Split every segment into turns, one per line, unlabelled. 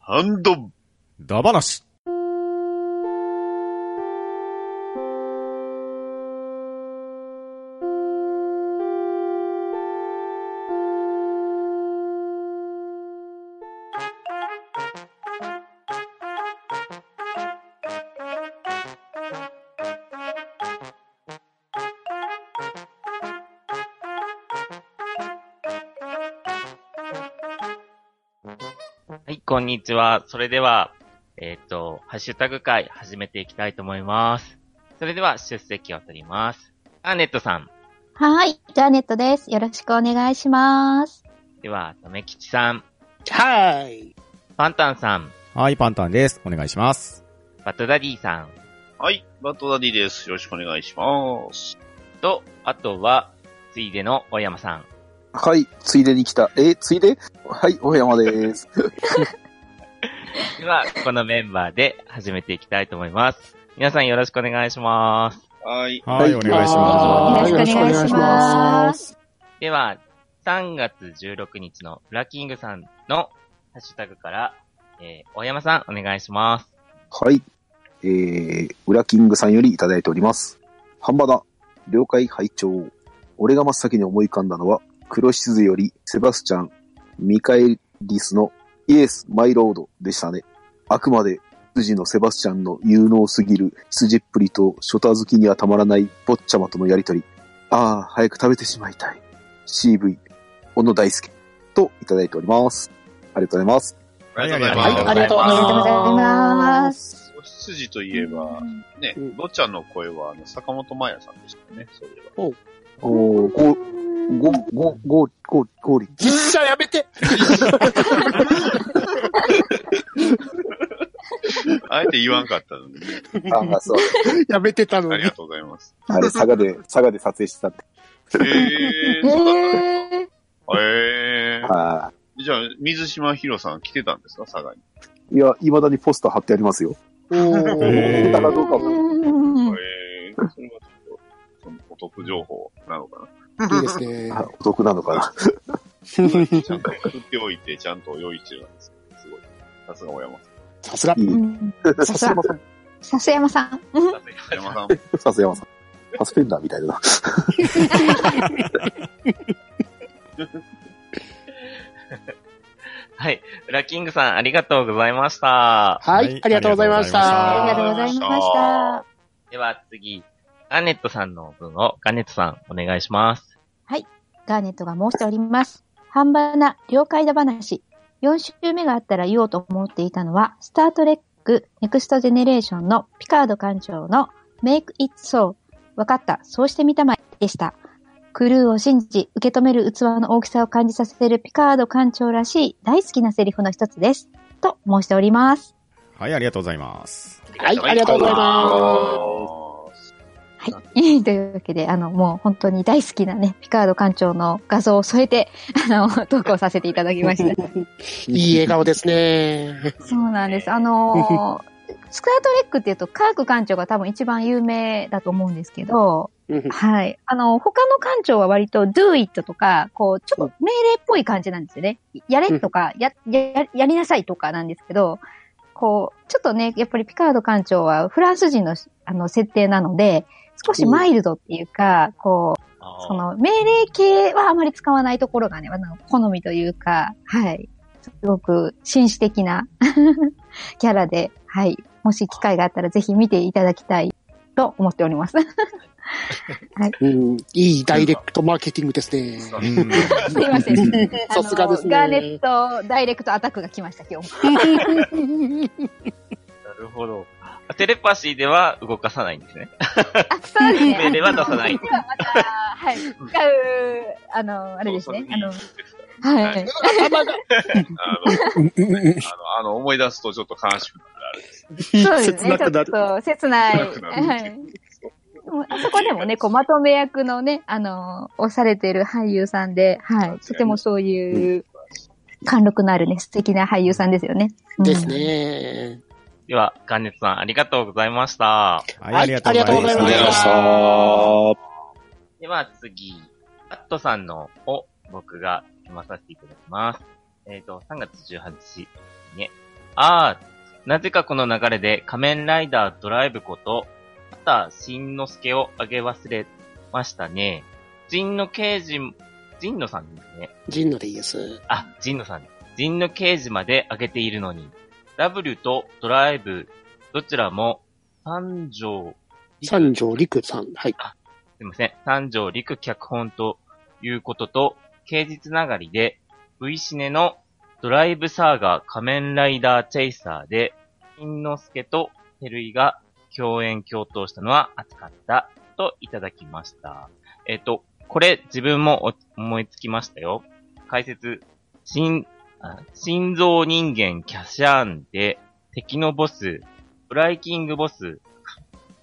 ハンド、
ダバなし。
はい、こんにちは。それでは、えっ、と、ハッシュタグ会始めていきたいと思います。それでは、出席を取ります。アーネットさん。
はい。ジャーネットです。よろしくお願いします。
では、とめきちさん。
はーい。
パンタンさん。
はい、パンタンです。お願いします。
バトダディさん。
はい、バッドダディです。よろしくお願いします。
と、あとは、ついでの大山さん。
はい、ついでに来た。え、ついではい、大山です。
では、このメンバーで始めていきたいと思います。皆さんよろしくお願いします。
はい。
はい、お
はい
願いし
よ
ま
ろ
は
す
しくお。願いします。
では、3月16日のブラッキングさんのハッシュタグから、えー、大山さんお願いします。
はい、えー、裏キングさんよりいただいております。ハンバだ。了解拝聴。俺が真っ先に思い浮かんだのは、黒しずよりセバスチャン、ミカエリスのイエス・マイ・ロードでしたね。あくまで、羊のセバスチャンの有能すぎる羊っぷりと、ショタ好きにはたまらない坊ちゃまとのやりとり。ああ、早く食べてしまいたい。CV、小野大輔といただいております。ありがとうございます。
ありがとうござ
はい
います。
ありがとうご
おめ
ざい
でとうございま。
ます
お羊といえば、ね
う、ん
坊ちゃんの声は、あの、坂本真也さんでしたね、そういえば。
おー、ご、ご、ご、ご、ご、ごり。
実写やめて
あえて言わんかったので、
ああ、そう。
やめてたの
あり
に
が。とうございます。
あれ、佐賀で、佐賀で撮影してたって。
ええ
え
ー、そうだったんです
ー、
か。ええ
は
ー。じゃあ、水島ひろさん来てたんですか、佐賀に。
い。いや、未だにポスター貼ってありますよ。
おー。
だからどうかも。
も
ええー、それはちょっと、そのお得情報なのかな。
いいですね。
あお得なのかな。
ちゃんと送っておいて、ちゃんと用意してるんです。すごい。さすが大山さん。
さすが。
い
さ
い。
すが笹山さん。
大山さん、
笹山さん。サスペンダーみたいだな。
はい。ラッキングさんありがとうございました。
は
はい
い。ありがとうございまし
ありがとう
た。
ございました。
では次、ガネットさんの分をガネットさんお願いします。
ガーネットが申しております。半ばな了解だ話。4週目があったら言おうと思っていたのは、スタートレックネクストジェネレーションのピカード艦長の Make It So。わかった、そうしてみたまえでした。クルーを信じ、受け止める器の大きさを感じさせるピカード艦長らしい大好きなセリフの一つです。と申しております。
はい、ありがとうございます。
はい、ありがとうございます。
す。
はい。というわけで、あの、もう本当に大好きなね、ピカード艦長の画像を添えて、あの、投稿させていただきました。
いい笑顔ですね。
そうなんです。あの ースクワートレックっていうと、科学館長が多分一番有名だと思うんですけど、はい。あの、他の館長は割と do it とか、こう、ちょっと命令っぽい感じなんですよね。やれとか、や、や、やりなさいとかなんですけど、こう、ちょっとね、やっぱりピカード館長はフランス人の、あの、設定なので、少しマイルドっていうか、こう、その、命令系はあまり使わないところがね、あの好みというか、はい。すごく紳士的な キャラで、はい。もし機会があったらぜひ見ていただきたいと思っております。
うんいいダイレクトマーケティングですね。
うん
すいません。あの
さすがですね
ガーネットダイレクトアタックが来ました、今日も。
なるほど。テレパシーでは動かさないんですね。
あ、そうですね。
命令は出さない
あのまた、はい。使う、あの、あれですね。あの、は
はい
い。
頭が
あの、
うん
あの、あの思い出すとちょっと悲しくなる。
そうです
切
ね。
な
ちょ
く
っ
なる。
と切ない。
切なくなる
はい。でもあそこでもね、こう、まとめ役のね、あの、をされてる俳優さんで、はい。とてもそういう、貫禄のあるね、素敵な俳優さんですよね。うん
です。ね。
では、ガネットさんありがとうございました。
はい、ありがとうございま
ありがとうござい
す。
ました
では次、アットさんのを僕が読まさせていただきます。えっ、と、3月18日にね、ああ、なぜかこの流れで仮面ライダードライブこと、また、しんのすけをあげ忘れましたね。陣の刑事、陣のさんですね。
神野でいいです。
あ、陣野さん。陣野刑事まで上げているのに、W とドライブ、どちらも、三条、
三条陸さん。はい。
すいません。三条陸脚本ということと、刑事つながりで、V シネのドライブサーガー仮面ライダーチェイサーで、金之助と照井が共演共闘したのは熱かったといただきました。えっ、と、これ自分もお思いつきましたよ。解説、心、あ心臓人間キャシャーンで敵のボス、ブライキングボス、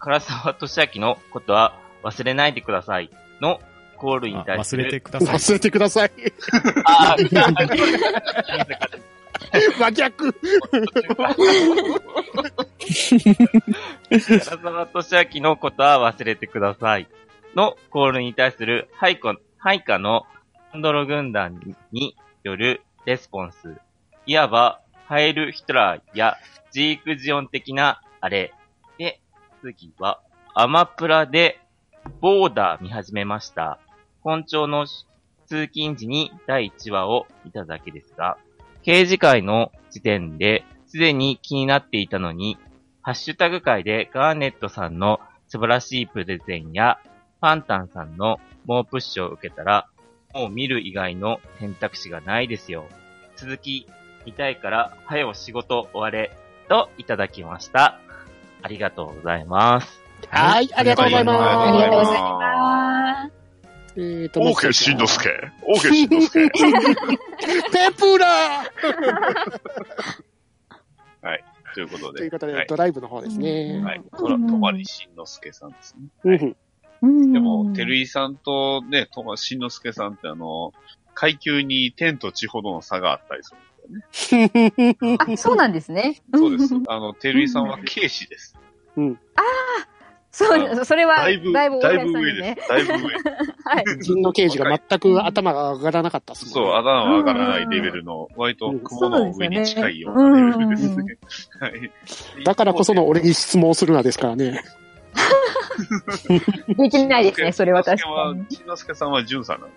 唐沢俊明のことは忘れないでくださいのコールに
あ
対す
忘
る。
れてください。
忘れてください。
あー
真逆。
唐沢俊明のことは忘れてください。のコールに対する配下配下のアンドロ軍団によるレスポンス。いわば、ハイル・ヒトラーやジーク・ジオン的なあれ。で、次は、アマプラでボーダー見始めました。本庁の通勤時に第1話を見ただけですが、刑事会の時点で、すでに気になっていたのに、ハッシュタグ会でガーネットさんの素晴らしいプレゼンや、パンタンさんの猛プッシュを受けたら、もう見る以外の選択肢がないですよ。続き、見たいから、早う仕事終われ、といただきました。ありがとうございます。
はい、ありがとうございます。
ありがとうござい
す
ま
えーと、
オーケーしんのすけ。オーケーしんのすけ。
ペプラー
ということ
とい
で
う。こと
は
で、
い
ドライブの方ですね。
はい。
う
と
んうん
とまりしんのすけさんですね。
う
はい
ん
す。
でも、照
い。
井さんとね、とま、しんのすけさんってあの、階級に天と地ほどの差があったりするんだよね。
あ、そうなんですね。
そうです
ん。。
あの、照井さんは警視です。
そうです。それは、
だ
だ
い
い
ぶ、
ぶ、
だい
大
ぶ
林
上
さんに
で
ね。
す。だいぶ上。
はい。
人の刑事が全く頭が上がらなかったっすもん
そう、あだ名は上がらないレベルの、割と雲の上に近いようなレベルですね。はい。
だからこその俺に質問するなですからね。
できないですね、それは確かに。
しんのすけさんは、じゅんさん なん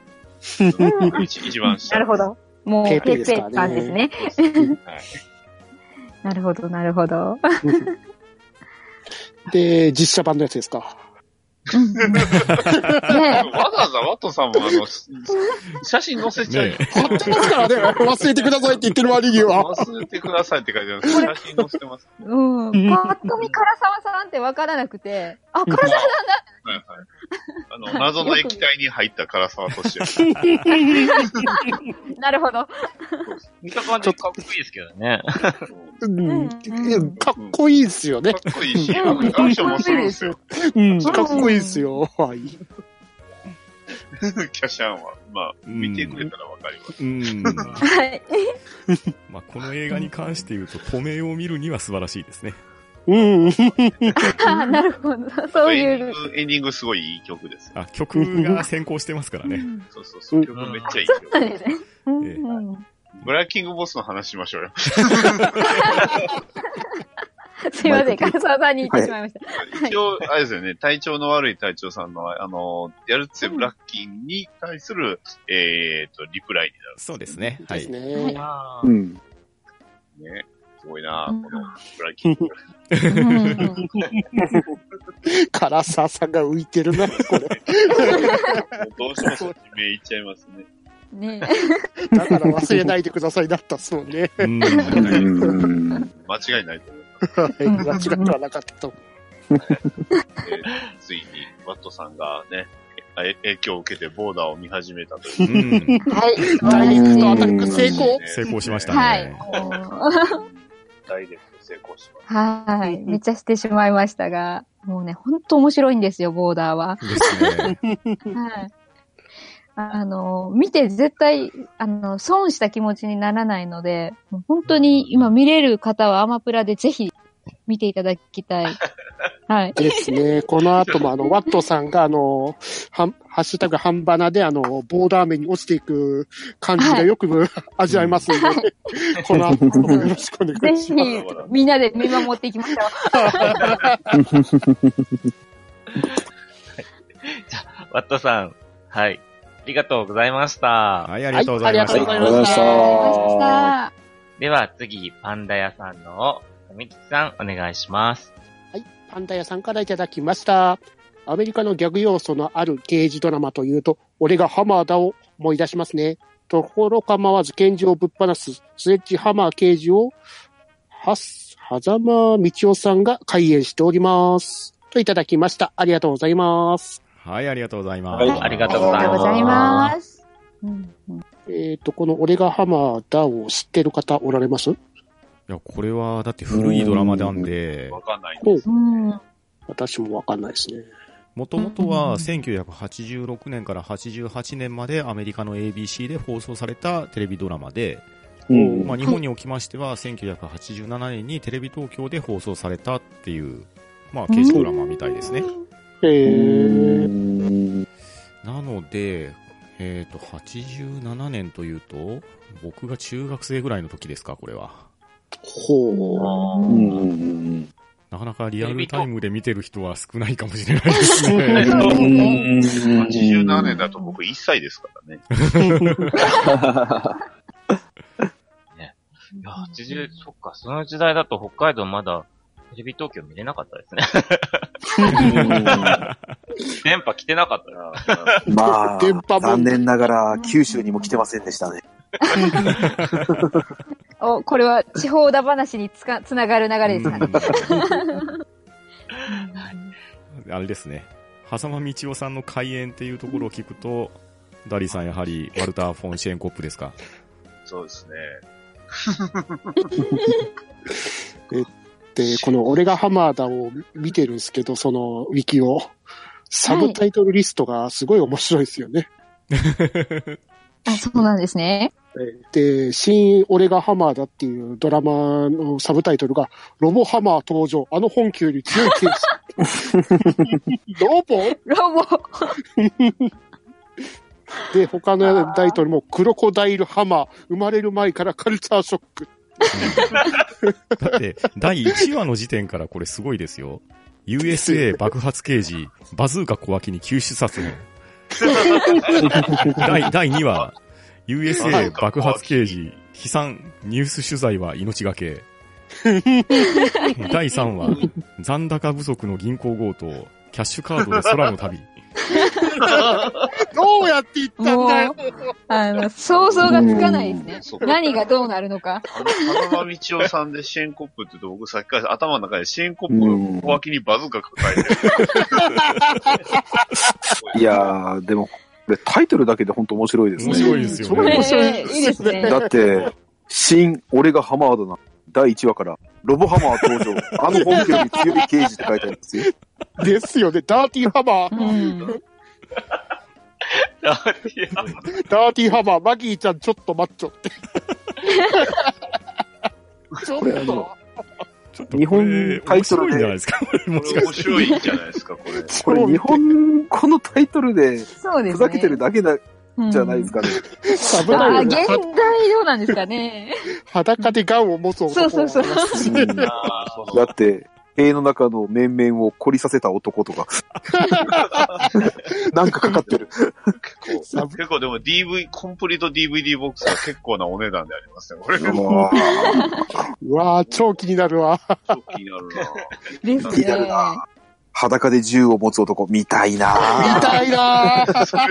です。一番下。
なるほ。ど。もう、
ペ
ペー
ーペーです
ペ
からね
ー感ですね。
はい。
なるほど、なるほど。
で、実写版のやつですか。
うんねえ
わざわざワットさんも、あの、写真載せちゃう。
貼ってますからね。忘れてくださいって言ってる割には。
忘れてくださいって書いてあるんですけど、写真載せてます。
うん。パッと見、唐沢さんってわからなくて、あ、唐沢
はいはい。あの、謎の液体に入った唐沢俊
なるほど。
見た感じかっこいいですけどね。
也。
うんかっこいいですよね。
かっこいいし、あの、アクションもするんですよ。
うん、かっこいいですよ。はい。
キャシャンは。まあ、見てくれたらわかります。
うん。
はい。
まあ、この映画に関して言うと、止めを見るには素晴らしいですね。
うん。
あなるほど。そう
エン
い
ディ
う。
ング、エンディングすごいいい曲です。
あ、曲が先行してますからね。
そうそうそう、曲めっちゃいい曲。
そうですね。うんうん
ブラッキングボスの話しましょうよ。
すいません、唐沢さんに言ってしまいました。
一応、あれですよね、体調の悪い隊長さんの、あの、やるつてブラッキンに対する、えーっと、リプライ
そうですね。は
で
い
す。ね。
あ
う
ー
ん。
になるね。すごいな
うん
このブラッキング。
うん
唐沢さんが浮いてるな、これ。
もうどうしてもそっち目いっちゃいますね。
ね
だから忘れないでくださいだったっすもんね。
うん。
うん。
間違いないと思います。
はい。間違ってはなかったと。
えーついに、ワットさんがね、え影響を受けてボーダーを見始めたという。
うん
えはい。
ダイレクトアタック成
ね
功。
成功しましたね。
はい。
ダイレクト成功しまし
はい。めっちゃしてしまいましたが、もうね、ほんと面白いんですよ、ボーダーは。
ですね。
はい。あの、見て絶対、あの、損した気持ちにならないので、もう本当に今見れる方はアマプラでぜひ見ていただきたい。 はい。
ですね。この後も、あの、ワットさんが、あの、はんハッシュタグ半ばなで、あの、ボーダー面に落ちていく感じがよ く、味わえますので、この後もよろしくお願
ぜ
いし
ひ
ます。、
みんなで見守っていきましょ
ワットさん、はい。ありがとうございました。
はい、ありがとうございました。
はいあり
う。
がとうございました
あ
では次、パンダ屋さんの、みきさん、お願いします。
パンダ屋さんからいただきました。アメリカのギャグ要素のある刑事ドラマというと、俺がハマーだを思い出しますね。ところ構わず拳銃をぶっ放すスレッジハマー刑事を、はす、はざまみちおさんが開演しております。といただきました。ありがとうございます。
はい、ありがとうございます。
はい
ありが
り
とうござ
が
い
とうご
ま
ざ
す
います。うんうん
えっ、と、この俺がハマーだを知ってる方おられます
いや、これは、だって古いドラマなんで、
わかんない。
ほう
うん
私もわかんないですね。
もともとは1986年から88年までアメリカの ABC で放送されたテレビドラマで、
うん
まあ、日本におきましては1987年にテレビ東京で放送されたっていう、まあ、刑事ドラマみたいですね。
えー、
ん。
なので、えっ、と、87年というと、僕が中学生ぐらいの時ですか、これは。
ほう。
うん。
なかなかリアルタイムで見てる人は少ないかもしれないです ね。
87年だと僕1歳ですからね。
いや、80、そっか、その時代だと北海道まだ、テレビ東京見れなかったですね。 電波来てなかったな。
まあ、
電波も
残念ながら、九州にも来てませんでしたね。
お、これは地方だ話につか、つながる流れですかね。
あれですね。狭間道夫さんの開演っていうところを聞くと、ダリさんやはり、ワルター・フォン・シェーンコップですか。
そうです ね。
で、この俺がハマーだを見てるんですけど、そのウィキを。サブタイトルリストがすごい面白いですよね。
あ、そうなんですね。
で、新俺がハマーだっていうドラマのサブタイトルが、ロボハマー登場、あの本家より強い刑事。 ロボ
ロボ。
で、他のタイトルも、クロコダイルハマー、生まれる前からカルチャーショック。
だって、第1話の時点からこれすごいですよ。USA 爆発刑事、バズーカ小脇に救出殺編。第第2話、USA 爆発刑事、悲惨ニュース取材は命がけ。第3話、残高不足の銀行強盗、キャッシュカードで空の旅。
どうやって言ったんだよ。
あの、想像がつかないですね。
そう
何がどうなるのか。
あの、風間道夫さんでシェーンコップって言うと、僕さっきから頭の中でシェーンコップを小脇にバズーカ抱えてる。
いやー、でも、これタイトルだけで本当面白いです
面白い
ね。
ですよ
それ
ね
面。白い
えーいいですね。
だって、新、俺がハマーだな。第1話から、ロボハマー登場。あの本家より強い刑事って書いてあるんですよ。
ですよね。ダーティーハマー、
うん。
ダーティーハマー、マギーちゃんちょっとマッチョって。ちょ
これあ
っと
の。日本タイト
これ面白い
ル
んじゃないで
で、
すかもしか
面
して。
白いじゃないですか、これ。
これ日本、このタイトルで、
そうですね。
ふざけてるだけだじゃないです
か。
かね。
サブ
あ
タ
あ、
イ
現
トル
代どうなんですかね。
裸でガンを持つ男
そうそうそう。
うんだ
ああ、その
って、塀の中の面々を凝りさせた男とか。 なんかかかってる。
結構、結構でも DV、コンプリート DVD ボックスは結構なお値段でありますね。これが
うわぁ、超気になるわ。
気になるな
です
気になる
ね。
な裸で銃を持つ男、みたいな
痛いなぁ。
それ、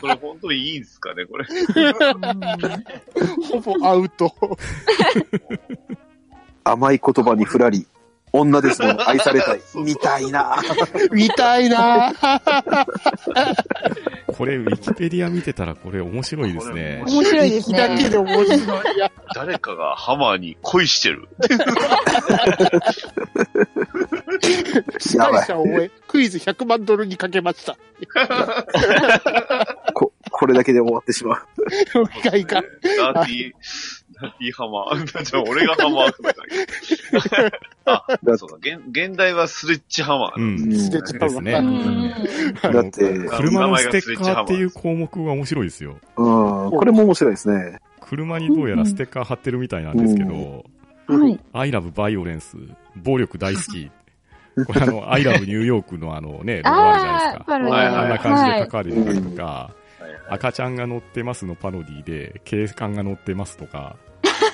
それ本当にいいんすかね、これ。
ほぼアウト。
甘い言葉にふらり、女ですの愛されたい、みたいな
痛いなぁ。
これ、ウィキペディア見てたらこれ面白いですね
これ。
面白いです
だけ
ね。
で面白い。いや、
誰かがハマーに恋してる。
司会者を終え、クイズ100万ドルにかけました。
こ。これだけで終わってしまう。
お願いが。
ダーティー、ダディハマー。じゃあ俺がハマーだけど。あ、そうだ。現現代はスレッジハマー。
うん。
スレッ
う
ジ
ん
ハ
です
マ
ね
ー。
あ
だっ
の
て、
車のステッカーっていう項目が面白いですよ。
うん、これも面白いですね。
車にどうやらステッカー貼ってるみたいなんですけ
う
ど、
はい。
I love violence、暴力大好き。これあの、I love ニューヨークのあのね、ロゴあるじゃないです
あ
か
あ、。ある
はい
あんな感じで書かれてたりとか、
はい
赤ちゃんが乗ってますのパロディで、警官が乗ってますとか、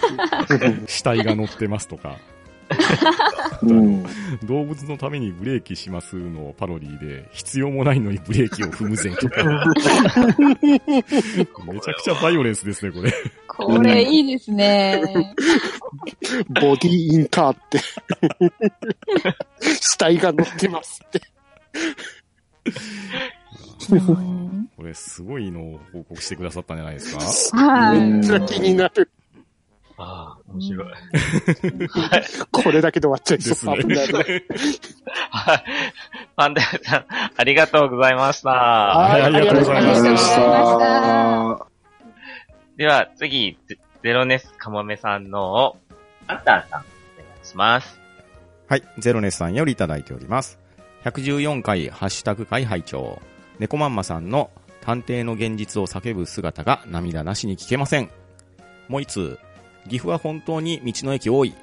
死体が乗ってますとか、
うん。
動物のためにブレーキしますのパロディで、必要もないのにブレーキを踏むぜとか、めちゃくちゃバイオレンスですね、これ。
これいいですね。
ボディインカーって。死体が乗ってますって。
うん
これすごいのを報告してくださったんじゃないですか
は
めっ
い。
ちゃ気になる。
ああ、面白い。
これだけで終わっちゃい
です
そう。危ない
ね。
はい。パンダ屋さん、 ありがとうございました。
はい
ありがとうございま
ありがとうご
し
ざい
た。
ま
では、次、ゼゼロネスカモメさんのを、アンタンさん、お願いします。
はい、ゼロネスさんよりいただいております。114回、ハッシュタグ会拝聴猫まんまさんの探偵の現実を叫ぶ姿が涙なしに聞けません。もう一通、岐阜は本当に道の駅多い。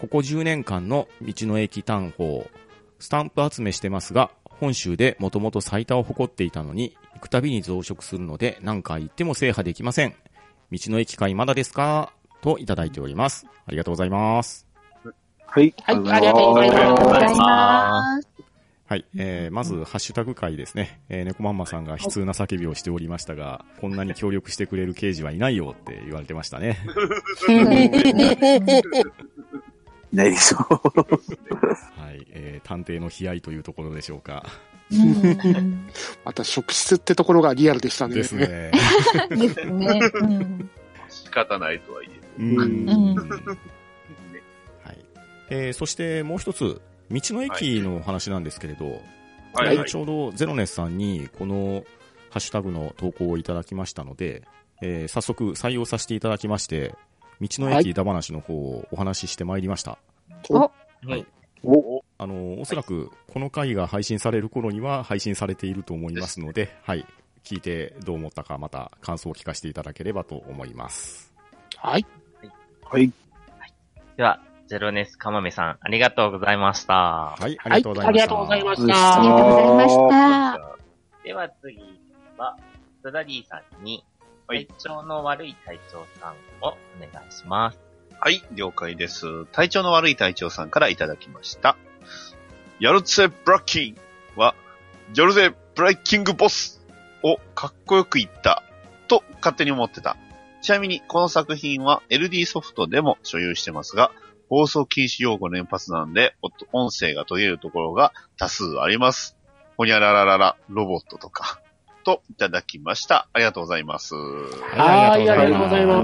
ここ10年間の道の駅単法、スタンプ集めしてますが、本州でもともと最多を誇っていたのに、行くたびに増殖するので何回行っても制覇できません。道の駅会まだですかといただいております。ありがとうございます。
はい、
はいありがとうござい
し
ます
た。ありがとうございます。
はい。えー、まず、ハッシュタグ会ですね。えー、猫まんまさんが悲痛な叫びをしておりましたが、こんなに協力してくれる刑事はいないよって言われてましたね。
いないでしょ。
はい。えー、探偵の悲哀というところでしょうか。
うん
また職質ってところがリアルでしたね。
ですね。
ですね。うん
仕方ないとはいえ。
う
うん
はい。えーそしてもう一つ、道の駅のお話なんですけれど、
はいい、は
これ
い
ち。ょうどゼロネスさんにこのハッシュタグの投稿をいただきましたので、えー早速採用させていただきまして、道の
は
駅
い
だ話の方をお話ししてまいりました。
はい。
お、
あの、おそらくこの回が配信される頃には配信されていると思いますので、はい。聞いてどう思ったか、また感想を聞かせていただければと思います。
はい。
はい、
では、ゼロネスカモメさん、ありがとうございました。
はい、あり
は
が
い
とうございました。
ありがとうございまし
ありが
た。
とうございました。
では次は、サダディさんに、体調の悪い隊長さんをお願いします。
はい、了解です。体調の悪い隊長さんからいただきました。やるぜ、ブラッキンは、やるぜ、ブラッキングボスをかっこよく言った、と勝手に思ってた。ちなみに、この作品は LD ソフトでも所有してますが、放送禁止用語連発なんで、お音声が途切れるところが多数あります。ほにゃらららら、ロボットとか、といただきました。ありがとうございます。
はい、ありがとうござ
あり
います。
が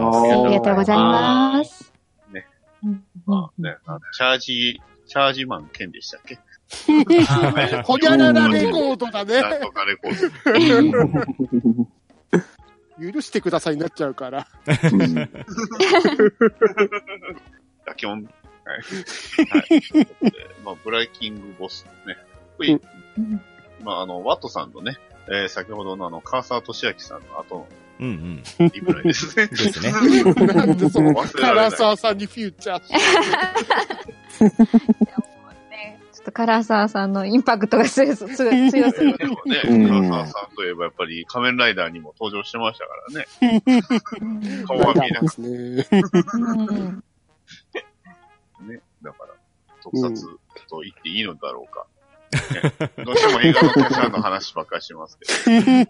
とうございます。
ね
うん
まあね、あのチャージ、チャージマン剣でしたっけ
ほにゃららレコード
な
だ
ん
ね。
とかレコード。
許してくださいになっちゃうから。
うん
だけ 音。はい。はい。ということでまあ、ブライキングボスね。これ
うん
うん
まあ、あの、ワットさんのね、えー先ほどのあの、川沢俊明さんの後
うんうん。
のリプライです ね。
ですね
なんでその、
忘れられな
唐
い。
沢さんにフューチャーして。
ねちょっと唐沢さんのインパクトが強す強す強すぎて。
でもね、
うん
川沢さんといえばやっぱり仮面ライダーにも登場してましたからね。
うん
顔は見えな
で
く
すね。
うん
てね。だから、特撮と言っていいのだろ うか。ねどうしても映画のキャラの話ばっかりしますけど。でも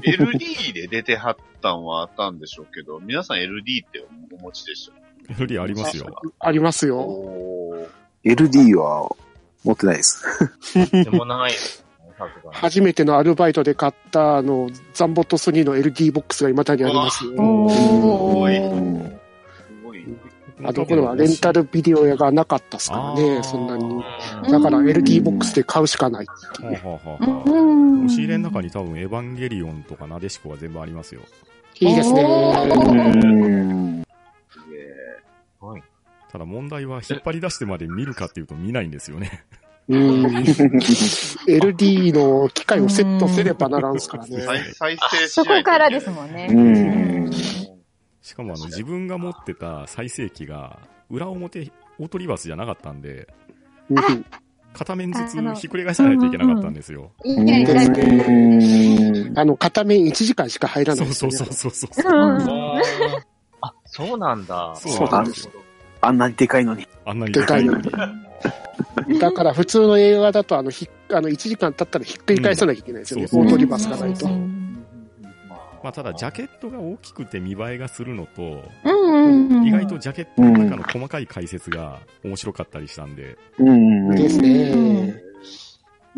LD で出てはったんはあったんでしょうけど、皆さん LD ってお持ちでした
よりありますよ。
ありますよ。
おー
LD は持ってないです。
でもないですね、さすがに
初めてのアルバイトで買った、あの、ザンボット3の LD ボックスが未だにありますよ。
お
う
ー。
ん
すごい。
あの頃はレンタルビデオ屋がなかったっすから
あー
ね、そんなに。
うん
だから LD ボックスで買うしかない。
ほうほうほう
う
ほうん
押し入れの中に多分エヴァンゲリオンとかなでしこが全部ありますよ。
いいですね。
うん
ごい。
ただ問題は引っ張り出してまで見るかっていうと見ないんですよ ね。
うん。LD の機械をセットせればならんすからね。
再再生し
そ
ないといけない
こからですもんね。
う
うんん。
しかもあの自分が持ってた再生機が裏表オートリバースじゃなかったんで、
うん
片面ずつひっくり返さないといけなかったんですよ。
いいね、
です
ね
あの、片面1時間しか 入らな
そ
い、
う
ね。
そうそうそうそう。
うん
あ、そうなんだ。
そう
なんですあんなにでかいのに。
あんなに
でかいのに。だから普通の映画だと、あの、ひあの1時間経ったらひっくり返さなきゃいけないですよね。
うん
オートリバースがないと
う。ん
まあただジャケットが大きくて見栄えがするのと、
うんうん。
意外とジャケットの中の細かい解説が面白かったりしたんで、
うんうん。
ですね。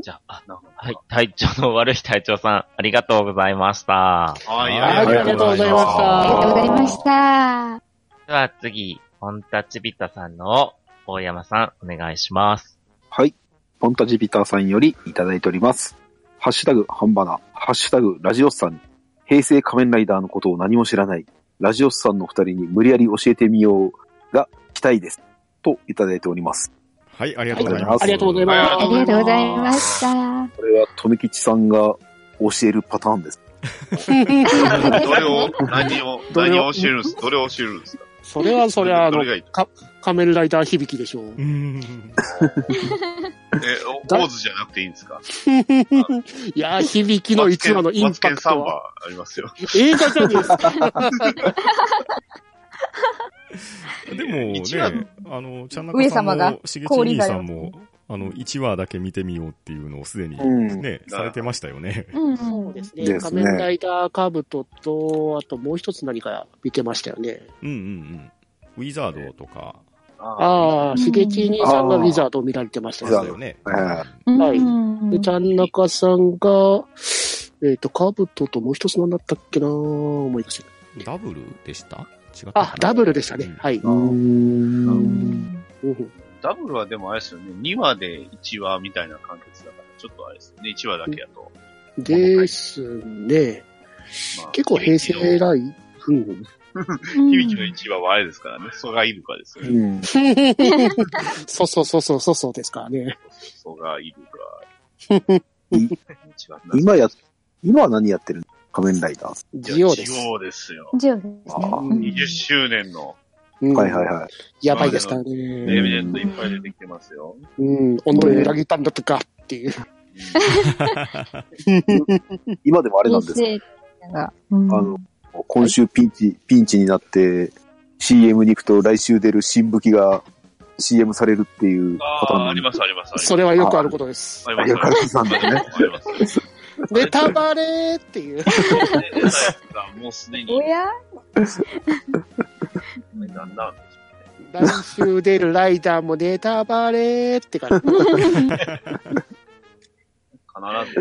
じゃあ、あの、はい、体調の悪い隊長さん、ありがとうございました。
はい、
ありがとうございまし
ありがとうござい
た。
ました。
では次、ホンタチビッタさんの大山さん、お願いします。
はい。ポンタジビターさんよりいただいております。ハッシュタグ、ハンバナ。ハッシュタグ、ラジオスさん。平成仮面ライダーのことを何も知らない。ラジオスさんの二人に無理やり教えてみようが期待です。といただいております。
はい、ありがとうございます。
はいあり
がとうございま
ありがとうございました。
これは、とめきちさんが教えるパターンです。
どれを、何を、
どれを
何を教えるんですどれを教えるんですか
それはそれは、あ
ど
の
れ、がいい
仮面ライダー響きでしょう。
うーん。
え、おポーズじゃなくていいんですか
いやー、響きの一話のインパクトは。
マツケンマツケンサンバありますよ。
映画じゃねえですか。
でもね
一話、
あの、ちゃんな
上
かさん
様が
も、しげち兄さんも、あの、1話だけ見てみようっていうのをすでに
うん
ね、されてましたよね。
うんうん。
そうですね。
ですね
仮面ライダーカブトと、あともう一つ何か見てましたよね。
うんうんうん。ウィザードとか、
ああ、しげち兄さんが
あ
ウ
ー
ィザードを見られてました
ウィザー
よ
ド
ね。
よね。
え
うん
はい
うん
で、ちゃんなかさんが、えっ、と、カブトともう一つ何だったっけなー思い出せない。
ダブルでした違った
あ、ダブルでした
う
ね
ん。
はい。
うん
うん
ダブルはでもあれですよね、2話で1話みたいな完結だから、ちょっとあれですね、1話だけやと。
ですね。
まあ
結構平成ライうん。
響きの1話はあれですからね、蘇我イルカですよ
う
ね。
ん。
そうそうそうそうそうそうですからね。
蘇我イルカ。
い
一話
今や、今は何やってるの仮面ライダー。
ジオです。
ジオですよ。
ジオですね
あー
うん
20周年の
うん
はいはいはい。
やばいですから
エ
ね。
ビデントいっぱい出てきてますよ。
うん。己を裏切ったんだとかっていう。
今でもあれなんです。
平成がうん
あの今週ピンチ、ピンチになって、CM に行くと来週出る新武器が CM されるっていう
あ
パターン
あ、あり
な
ます、あります。
それはよくあることです。
あり
あ
ます。
りがとうございます
あり ます。あります
ネタバレーっていう。
もうすでに
お、や
だんだん。
来週出るライダーもネタバレーって感
必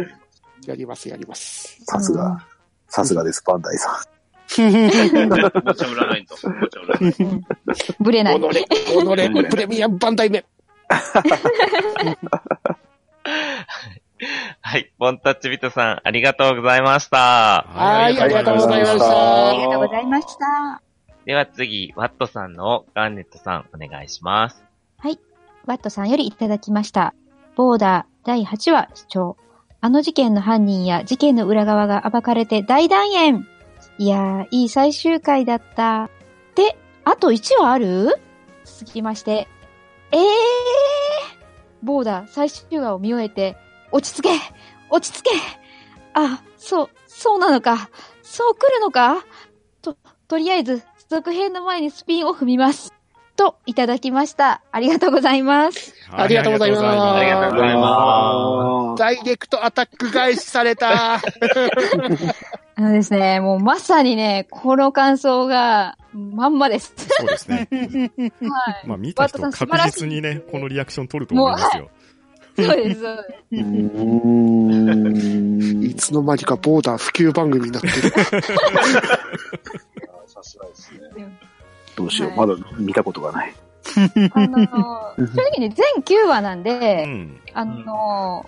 ずやりま
じ。やります、やり ます。
さすが。さすがです、バンダイさ
す。持ち売らないと。持ち売らないと。
ぶれない。
己、己、プレミアム番台目。
はい、ホンタチビッタさん、ありがとうございました。
はい、ありがとうございまし
あ
た。
りがとうございました。
では次、ワットさんのガンネットさん、お願いします。
ワットさんよりいただきました。ボーダー第8話視聴。あの事件の犯人や事件の裏側が暴かれて大団円。いやー、いい最終回だった。で、あと1話ある続きまして。えーボーダー最終話を見終えて、落ち着け落ち着けあ、そう、そうなのか。そう来るのかと、とりあえず、続編の前にスピンオフ見ます。と、いただきました。ありがとうございます。
はい
ありがとうございます
ありがとうございま
ん。
ダイレクトアタック返しされ た。
あのですね、もうまさにね、この感想が、まんまです。
す。そうですね。
はい。
まあ見た人確実に ね、このリアクション取ると思いますよ。
そうです、そうです。
うーん
いつの間にかボーダー普及番組になってる。
さすがですね。
どうしよう、
は
まだ見たことがない。
あの、正直ね、全9話なん
う
で、
ん。
あの、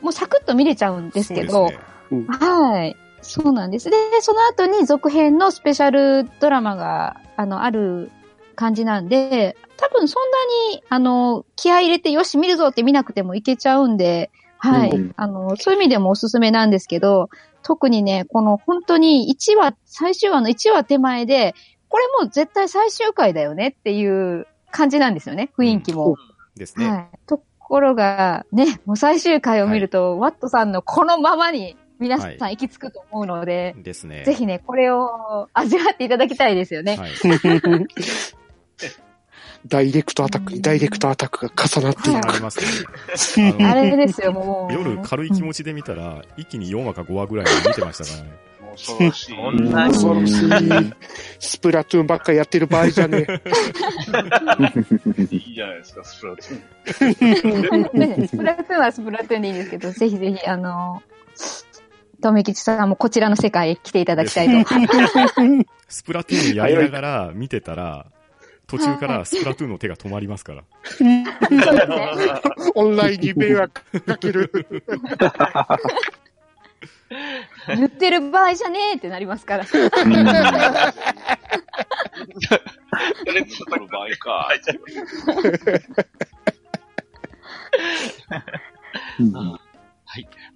もうサクッと見れちゃうんですけど、
そうですね
はい。そうなんです。で、その後に続編のスペシャルドラマが、あの、ある感じなんで、多分そんなに、あの、気合い入れてよし見るぞって見なくてもいけちゃうんで、はい。
うん
あの、そういう意味でもおすすめなんですけど、特にね、この本当に1話、最終話の1話手前で、これもう絶対最終回だよねっていう感じなんですよね、雰囲気も。
ですね。
はい。ところが、ね、もう最終回を見ると、ワットさんのこのままに皆さん行き着くと思うので、
ですね。
ぜひね、これを味わっていただきたいですよね。
はい。
ダイレクトアタックにダイレクトアタックが重なってい
ありますね。
あ
あの
れですよ、もう。
夜軽い気持ちで見たら、一気に4話か5話ぐらい見てましたからね。
もう恐ろしい。
そ
うん
んなに
恐ろしい。スプラトゥーンばっかやってる場合じ ゃねえ。
いいじゃないですか、ス プラトゥーン。
ねスプラトゥーンはスプラトゥーンでいいんですけど、ぜひぜひ、あの、とめきちさんもこちらの世界へ来ていただ きたいと。
スプラトゥーンやりながら見てたら、途中からスプラトゥーンの手が止まりますから。
そうですね。
オンラインに迷惑かける。
言ってる場合じゃねえってなりますから。
やれてたの場合か。
うん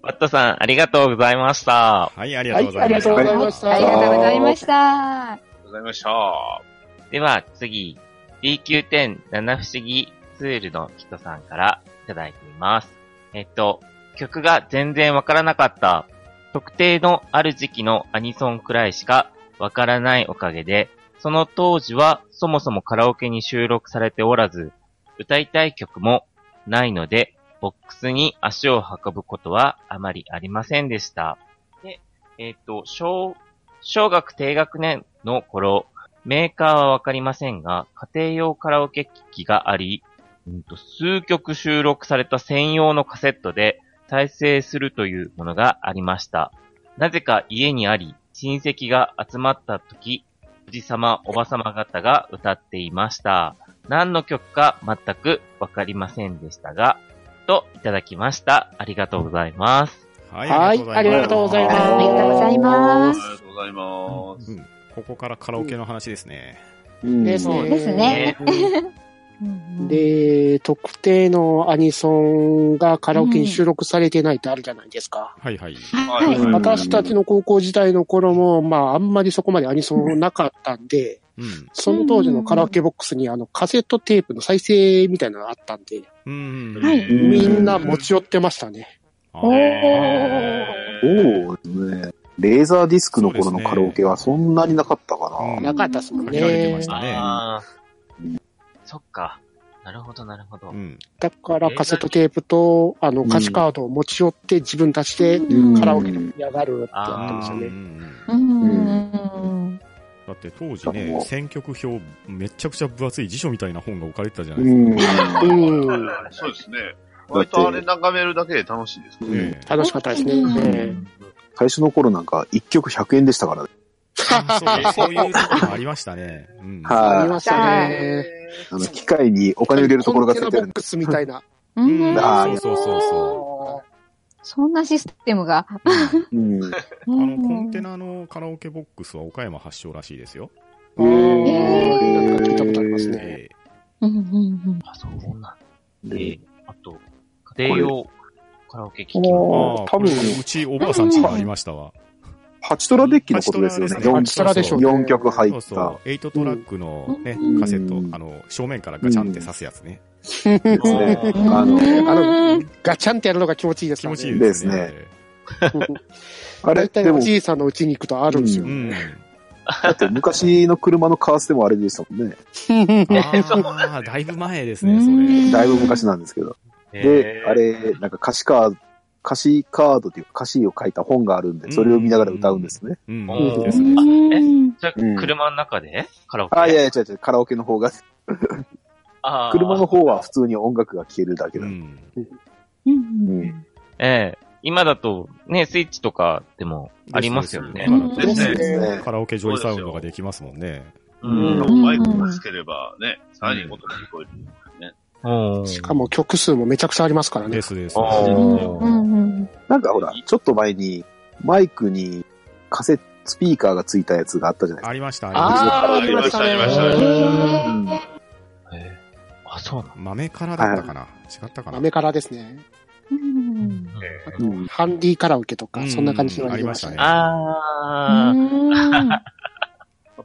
ワットさん、ありがとうございました。
はい、ありが
は
とうご
い、
ざい
あり
ま
が
した。
とうござ
ありがとうござい
いました。
ました。
ありがとうございました。
では、次、DQ10 七不思議ツールの人さんからいただいています。えっと、曲が全然わからなかった。特定のある時期のアニソンくらいしかわからないおかげで、その当時はそもそもカラオケに収録されておらず、歌いたい曲もないので、ボックスに足を運ぶことはあまりありませんでした。で、えっと、小、小学低学年の頃、メーカーはわかりませんが、家庭用カラオケ機器があり、うんと数曲収録された専用のカセットで再生するというものがありました。なぜか家にあり、親戚が集まった時、おじさま、おばさま方が歌っていました。何の曲か全くわかりませんでしたが、といただきました。ありがとうございます。
はい、ありがとうございます。
ありがとうござい
あ
ま
り
す。
がとうございます。
うんここからカラオケの話ですね。
うん
です
そ
ね
うですね。うん
で、特定のアニソンがカラオケに収録されてないってあるじゃないですか。
はいはい。
はい
はい
うん
私たちの高校時代の頃も、まあ、あんまりそこまでアニソンなかったんで、
うん。
その当時のカラオケボックスにあのカセットテープの再生みたいなのがあったんで、
うん。
は
う
い。
ん
みんな持ち寄ってましたね。
あ
おー。
えー
そうですね。レーザーディスクの頃のカラオケはそんなになかったか
うん
な。
なかったっすもん
限られてま
ね
し。たね。
あーそっか。なるほど、なるほど。
うん。
だからカセットテープとあの歌詞カードを持ち寄って自分たちで
うん
カラオケで盛り上がるってやってました
うんう
ね。
ん
うん。
だって当時ね、選曲表、めちゃくちゃ分厚い辞書みたいな本が置かれてたじゃな
う
いですか。
ん。
うん、
そうですね。割とあれ眺めるだけで楽しいですね。
うん
ねえ
楽しかったですね。
うん
ね
最初の頃なんか1曲100円でしたからね。
あそうそういう時もありましたね。うん。
あ
は
りましたね。
い。あの、機械にお金を入れるところがついて
コンテナボ
る
ッ。クスみたいな。
うん
あ
そうそうそうそ
そんなシステムが。
う。うん
うん。
あ
あの、コンテナのカラオケボックスは岡山発祥らしいですよ。
うん
へー
なんか聞いたことありますね。
ええ
うんうん
あ、そうなんだ。え
で
ーあと、家庭用カラオケ機器
こ
ああ、
多
多
分
分うちおばあさんちにありましたわ。
ハチトラデッキのことですよね。
ハチトラですねハチトラでしょうね
4曲入
そう
っ
そ
た。
う。8トラックのね
う、ん
カセット、あの、正面からガチャンって刺すやつね。
ですね。
うん。
あの、
あ
う
の
ん、
ガチャンってやるのが気持ちいいです
気
から
持
ね。
ちいいです
で
ね
す。 あれ
大
で
体
も
お、じいさんの家に行くとあるんですよ
う。ん。
だって昔の車のカースでもあれでしたもんね。
ああ、だいぶ前ですね、それ。
だいぶ昔なんですけど。で、あれ、なんか歌詞カード、歌詞カードっていうか歌詞を書いた本があるんで、それを見ながら歌うんですね。
うん。
うん
ですね。
じゃあ
うん
車の中でカラオケ
あ、いやいや、違う違う、カラオケの方が、
あー
車の方は普通に音楽が聴けるだけ
う
だ。
ん。
うん
ええ今だと、ね、スイッチとかでもありますよね。
今だと
ですね
ですね。
カラオケジョイサウンドができますもんね。
うん。
うん
マイクをつければね、さらに音が聞こえる。
うん
しかも曲数もめちゃくちゃありますからね
で。すです。
あ
うんうん
なんかほら、ちょっと前に、マイクにカセット、スピーカーがついたやつがあったじゃない
ありました、あり
ありま
まし
あー
した、ありました。
あ
あ
り
り
ま
ま
し
した
え
えーあ、そうな
た。豆からだったかな違ったかな
豆からですね。
ーうん
ですか。うん
ハンディカラオケとか、
うん
そんな感じのがありました
ありましたね
ね。
のあー。
うん
あ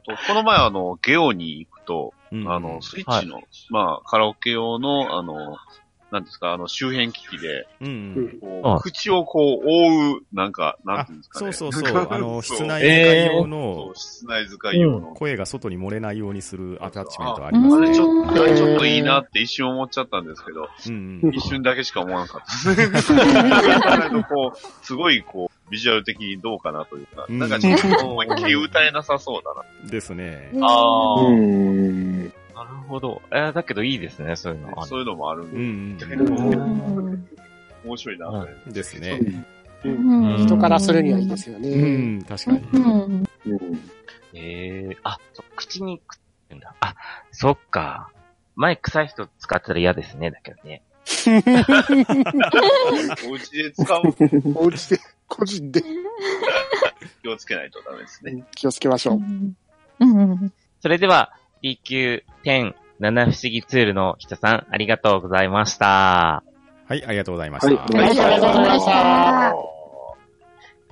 と、この前、あの、ゲオに行くと、
うん
あの、スイッチの、まあ、カラオケ用の、あの、なんですか、あの、周辺機器で、
うんう。
うんん
こ
あ
う、口をこう、覆う、なんか、なんていうんですか
そ
ね。
うそ う そう。あの、
そう
室内使い用
そ
の
う室内使い用の。
声が外に漏れないようにするアタッチメントあ
あ
ります
あ
ね
れちょっと、あれちょっといいなって一瞬思っちゃったんですけど、
うん
う
うんん。
一瞬だけしか思わなかったです。なんかこう、すごいこう、ビジュアル的にどうかなというか、
うん
なんかちょっと思いっきり歌えなさそうだな。
ですね。
あ
う
ー。
ん。
なるほど。えーだけどいいですね、そういうの。あ
そういうのもあるん
う
で、
ん
逆
う
にこ
ん。
うん
う、面白いなという。
うんですね。
うん
人からするにはいいですよ
う
ね。
ん、確かに。
うん
うん
ええあ、そ口にくっつくんだ。あ、そっか。前臭い人使ったら嫌ですね、だけどね。
お家で使うの
お家で、個人で
気をつけないとダメですね。。
気をつけましょう。
うん
それでは、DQ10 七不思議ツールの人さん、ありがとうございました。
はい、ありがとうございま
はい、
した。
どうも
ありがとうございました。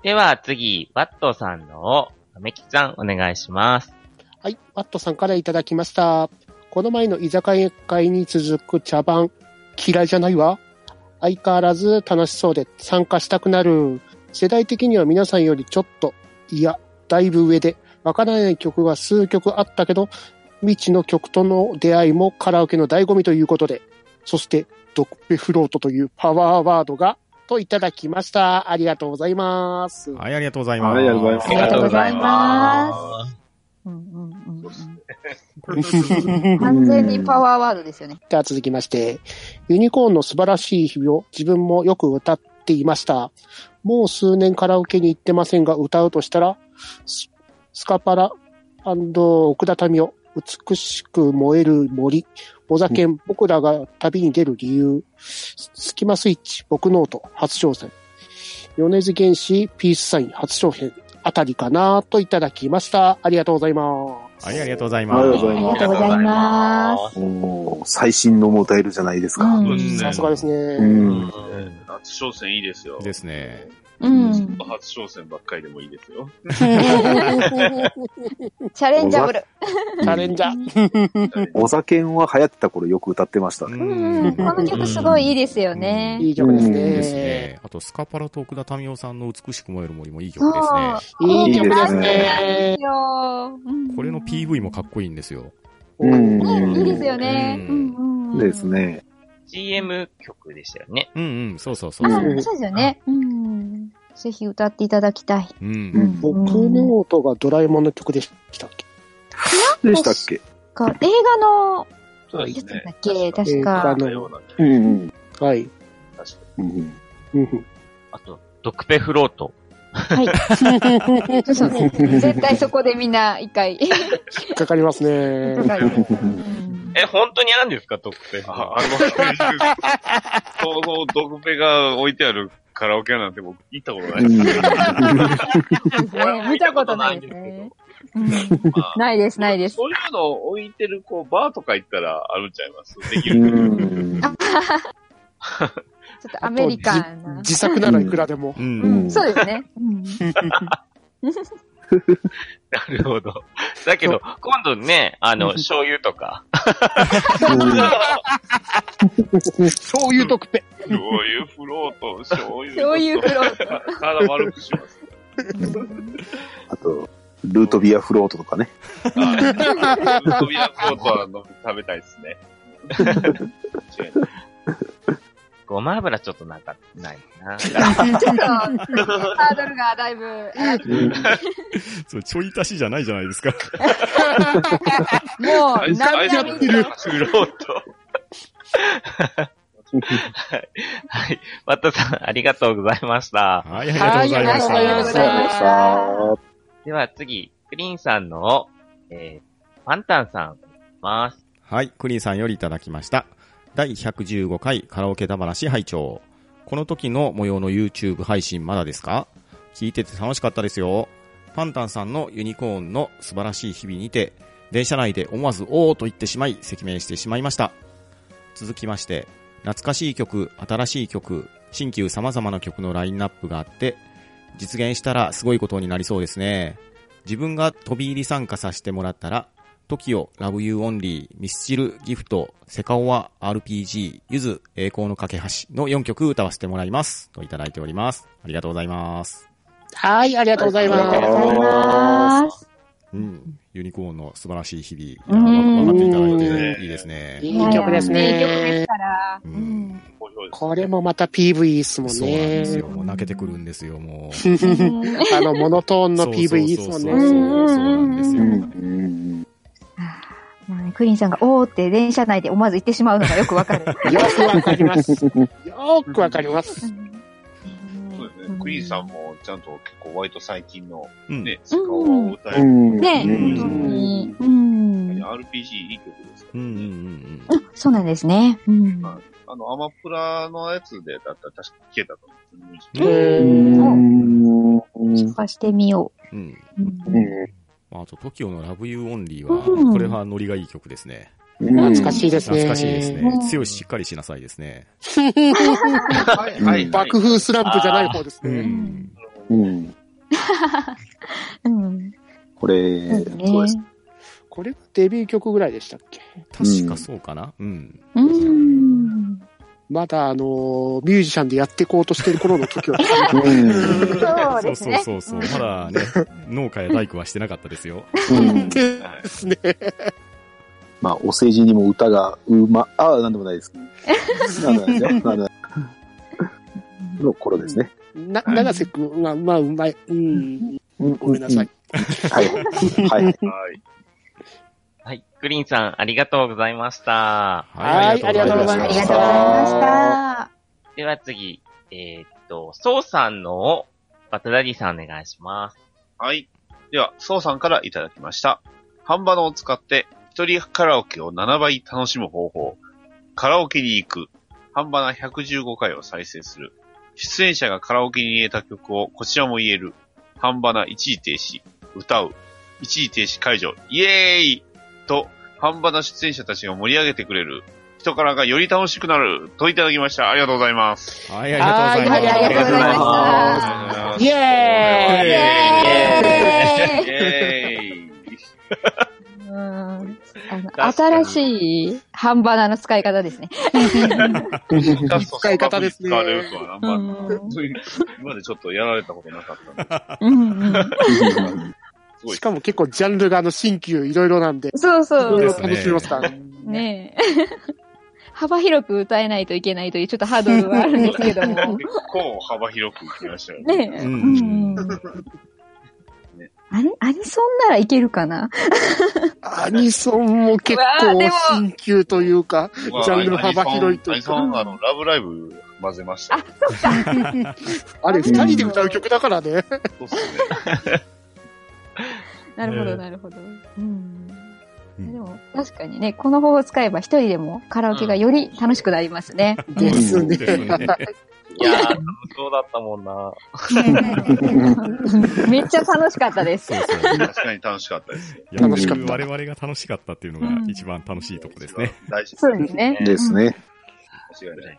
では、次、ワットさんのを、めきさん、お願いします。
はい、ワットさんからいただきました。この前の居酒屋会に続く茶番、嫌いじゃないわ。相変わらず楽しそうで参加したくなる。世代的には皆さんよりちょっと、いや、だいぶ上で、わからない曲が数曲あったけど、未知の曲との出会いもカラオケの醍醐味ということで、そして、ドクペフロートというパワーワードが、といただきました。ありがとうございます。
はい、ありがとうございます。
ありがとうございます
ありがとうございますうんうんうん完全にパワーワードですよね。
では続きまして、ユニコーンの素晴らしい日々を自分もよく歌っていました。もう数年カラオケに行ってませんが、歌うとしたら、ススカパラ奥田民生、美しく燃える森、お酒、僕らが旅に出る理由、ススキマスイッチ、僕ノート、初挑戦、米津玄師、ピースサイン、初挑戦、あたりかなといただきました。ありがとうございます。
はい、ありがとうございます。
ありがとうござい
ありがとうございま
おー最新のも歌えるじゃないですか。
うん
うん
さすがですね。
うん。
初商戦いいですよ。
ですね。
うん
ずっと初商戦ばっかりでもいいですよ。
チャレンジャブル。
チャレンジャー。
お酒は流行ってた頃よく歌ってました。
う
ね
うんうんこの曲すごいいいですよね。
いい曲ですね。
うん
ですね。あと、スカパラと奥田民生さんの美しく燃える森もいい曲ですね。
いい曲で
な
す
ん
ね。
これの PV もかっこいいんですよ。
うん
いいですよね。
です。ね。
CM 曲でしたよね。
うんうん、そうそうそ
あ、
う。
そうですよね。うん。ぜひ歌っていただきたい。
う。
うんん。
僕の音がドラえもんの曲でしたっけ
でしたっけ
か映画の
そう
やつだっけ確
あ
か。
の
ようなね
うん。
はい。
確か
うん。
うん
あと、ドクペフロート。
はい。そう絶対そこでみんな一回。
引っかかりますね。
え、
え、本当にあるんですか、ドクペフロー
あ、あの、そうそう、ドクペが置いてあるカラオケ屋なんて僕行ったことないです。
見たことないですね。
まあ
ないです、ないです。
そういうのを置いてる、こう、バーとか行ったらあるんちゃいますでき
う
る。
ん。
ちょっとアメリカンな。
自作ならいくらでも。
うん
う。ん、そうですね。
ト。なるほど。だけど、今度ね、あの、醤油とか。
そういう特ペ。
醤油フロート、醤油。
そういうフロート。
体悪くします。
あと、ルートビアフロートとかね。
あー飛び出そうとは飲み食べたいですね。間違いない
ごま油ちょっとなんか、ないな。
ちょっと、ハードルがだいぶ、
そうちょい足しじゃないじゃないですか。
も
あ
う、
いつあい
何
つや
や
っ
ってて
る
る。
フロート。
はい。ワットさん、ありがとうございました。
はい、ありがとうございまし
はいありがとうございました
た。
では次、クリーンさんの、えー、パンタンさん、お願いします。
はい、クリーンさんよりいただきました。第115回カラオケだし拝聴この時の模様の YouTube 配信まだですか聞いてて楽しかったですよ。パンタンさんのユニコーンの素晴らしい日々にて、電車内で思わずおーと言ってしまい、赤面してしまいました。続きまして、懐かしい曲、新しい曲、新旧様々な曲のラインナップがあって、実現したらすごいことになりそうですね。自分が飛び入り参加させてもらったら、TOKIO、Love You Only、ミスチル、ギフト、セカオワ、RPG、ゆず、栄光の架け橋の4曲歌わせてもらいます。といただいております。ありがとうございます。
はい、ありがとうござ
あ
い
りがとうござい
ま
ます
す。
うん。ユニコーンの素晴らしい日
う
々、
ん
分かっていただいていいですね。
いい曲で
い
す
い曲です
ね。
から。
う
うんん。
好評です
これもまた PV ですもん
そうなんです
ね。
よ。もう泣けてくるんですよ、もう。
あの、モノトーンの PV ですも
そうそうそう
んね。
そうそうなんです
う
よ。
んうん
まあねクリンさんが、おーって電車内で思わず言ってしまうのがよくわか る。
よくわかります。よくわかります。
そうですね。クイーンさんもちゃんと結構割と最近の
うん
ね、スカオを歌える。
うん。
ねえ、
う
本
ん
当に。うん。
RPG いい曲ですか
う
ら
んうんう
ね。
ん
あそうなんですね。うん。
はいあの、アマプラのやつでだったら確か聞けたと思うんです
う
よ
ん。
うん
探してみよ
うんうん。
う。うん
あと、TOKIO の Love You Only
う
は、
ん
これはノリがいい曲ですね。
懐かしいですね。
懐かしいです
う
ね。
ん
強いしっかりしなさいですね。
はいはいはい。
爆風スランプじゃない方です
う
ね。
ん。
うん。
うん。
これ、
そうです
そうで
ね
す。
これがデビュー曲ぐらいでしたっけ
確かそうかな。うん。
うん。
まだあのーミュージシャンでやっていこうとしてる頃の時は、
うん
そ
そ
うで
う
す
そう
ね。
そうそう。まだね、農家や大工はしてなかったですよ。
うん
ですね。
まあ、お世辞にも歌がうま、ああ、なんでもないです。なんでもないですよ。なんでもないの頃ですね。
な、長瀬くんは、まあ、うまい。うん。ごめんなさい。
はい。はい。はい。
はい。
はい。グリーンさん、ありがとうございました。
はい
ありがとうございまし
では次、えーっと、ソウさんのをバトダディさんお願いします。
はい。では、ソウさんからいただきました。半端のを使って、一人カラオケを7倍楽しむ方法。カラオケに行く。半端な115回を再生する。出演者がカラオケに入れた曲をこちらも言える。半端な一時停止。歌う。一時停止解除。イエーイと、半端な出演者たちが盛り上げてくれる。人からがより楽しくなる。といただきました。ありがとうございます。
はい、ありがとうございます。
はいありがとうございました
あり
イ
がとうございます
エーイ
イ
エーイ
イエーイ
うんあの
かに
新しい半バナの使い方ですね。
使い方ですね
使われるとは、あん
う
ま
ん。うん
り、今までちょっとやられたことなかったんで、
うん
すごい
し。かも結構ジャンルがあの、新旧いろいろなんで、
そう
いろ
そ。
いうろ楽しめますからね。
ねえ。幅広く歌えないといけないというちょっとハードルはあるんですけども。
結構幅広く来ましたよね。
ねえ。
う
うんん。アニアニソンならいけるかな
アニソンも結
うわーでも
構新旧というか、
まあ
ジャンル幅広いと
ア
い
ニ
う
ソン
か、
アニソンあの、ラブライブ混ぜました。
あれ二人で歌う曲だからね。
そうっすね。
なるほ
ね
ど、なるほど。うん。
う
で
ん
も、確かにね、この方法を使えば一人でもカラオケがより楽しくなりますね。
ですね。
ですね
いやー、楽しそうだったもんな。
めっちゃ楽しかったです。
そうそう。
確かに楽しかった ですよ。
楽しかった
やる我々が楽しかったっていうのが一番楽しいとこですね。。
大事。
そうですね。
ですね。
間違いない。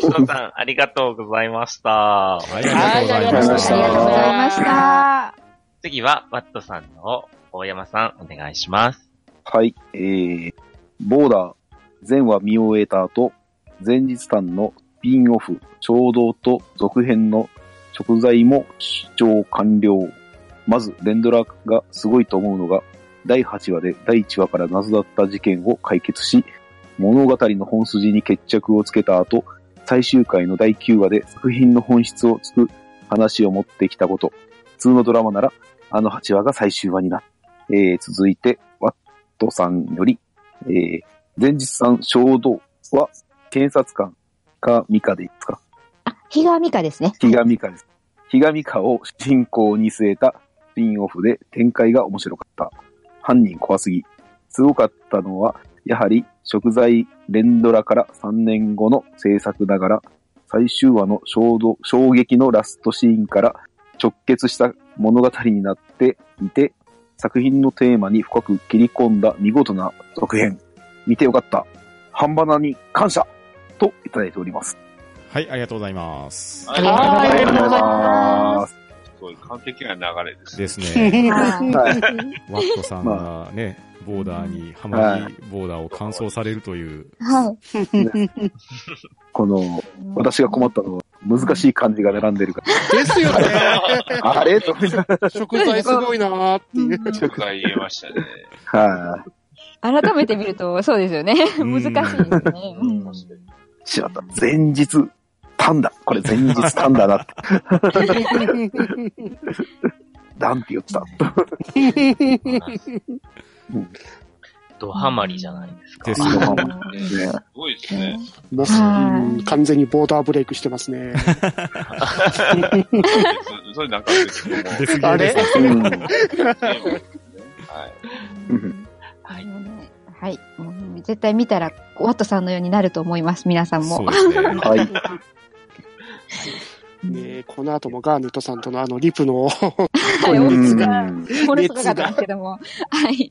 ソウさん、ありがとうございました。
はい、
あ
あ
り
り
が
がと
とう
う
ご
ござ
ざい
い
ま
ま
し
したた。
ありがとうございました。
次は、ワットさんのを大山さん、お願いし ます。
はい。えー、ボーダー、前話見終えた後、前日間のスピンオフ、衝動と続編の食材も視聴完了。まず、レンドラがすごいと思うのが、第8話で第1話から謎だった事件を解決し、物語の本筋に決着をつけた後、最終回の第9話で作品の本質をつく話を持ってきたこと。普通のドラマなら、あの8話が最終話になる。えー、続いて、ワットさんより、えー、前日さん衝動は、検察官かミカでいいですか
あ、日川美香ですね。
ヒガミカです。ヒガミカを進行に据えたスピンオフで展開が面白かった。犯人怖すぎ。すごかったのは、やはり食材連ドラから3年後の制作ながら、最終話の衝動衝撃のラストシーンから直結した物語になっていて、作品のテーマに深く切り込んだ見事な続編。見てよかった。半端なに感謝といただいております。。
はい、ありがとうございます。
あ
はいありがとうござい
ます
すごい完璧な流れです。
ですね。
は
ワットさんがね、ボーダーに、ハマリボーダーを完走されるという、
は
この、
い。
私が困ったのは難しい漢字が並んでるか
ですよね。
ら。あれと思って
食材すごいなーっていう。
僕が言えましたね。
はい。
改めて見ると、そうですよね。難しいですね。うん
しまった。前日、たんだ。これ前日たんだなって。ダンって言ってた。
ドハマりじゃないですか
で。す
あの
すごいですね。
まあうん完全にボーダーブレイクしてますね。
そそれなんか別にもう
出過ぎ
あれ
です
うん
はい。
うん
はい
はい。もう絶対見たら、ワットさんのようになると思います、皆さん
そ
も
う。ですね。
はい。
ねこの後もガーネットさんとのあのリプの、
はい、
う
お熱が、
ん
ものすごかったんですけども。はい。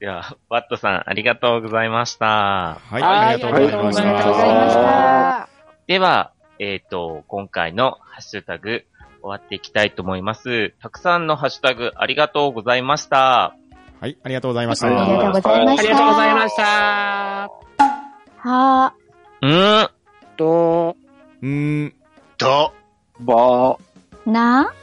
では、ワットさん、ありがとうございました。
はい、
はい
ありがとうございまし
ありが
あ
とうございまし
た。
た。
では、えっ、と、今回のハッシュタグ、終わっていきたいと思います。たくさんのハッシュタグ、ありがとうございました。
はい、ありがとうございました。
あり
ありがとうございました。
した。
はあ。
うーん。
と、
うーん、
と、
ば
な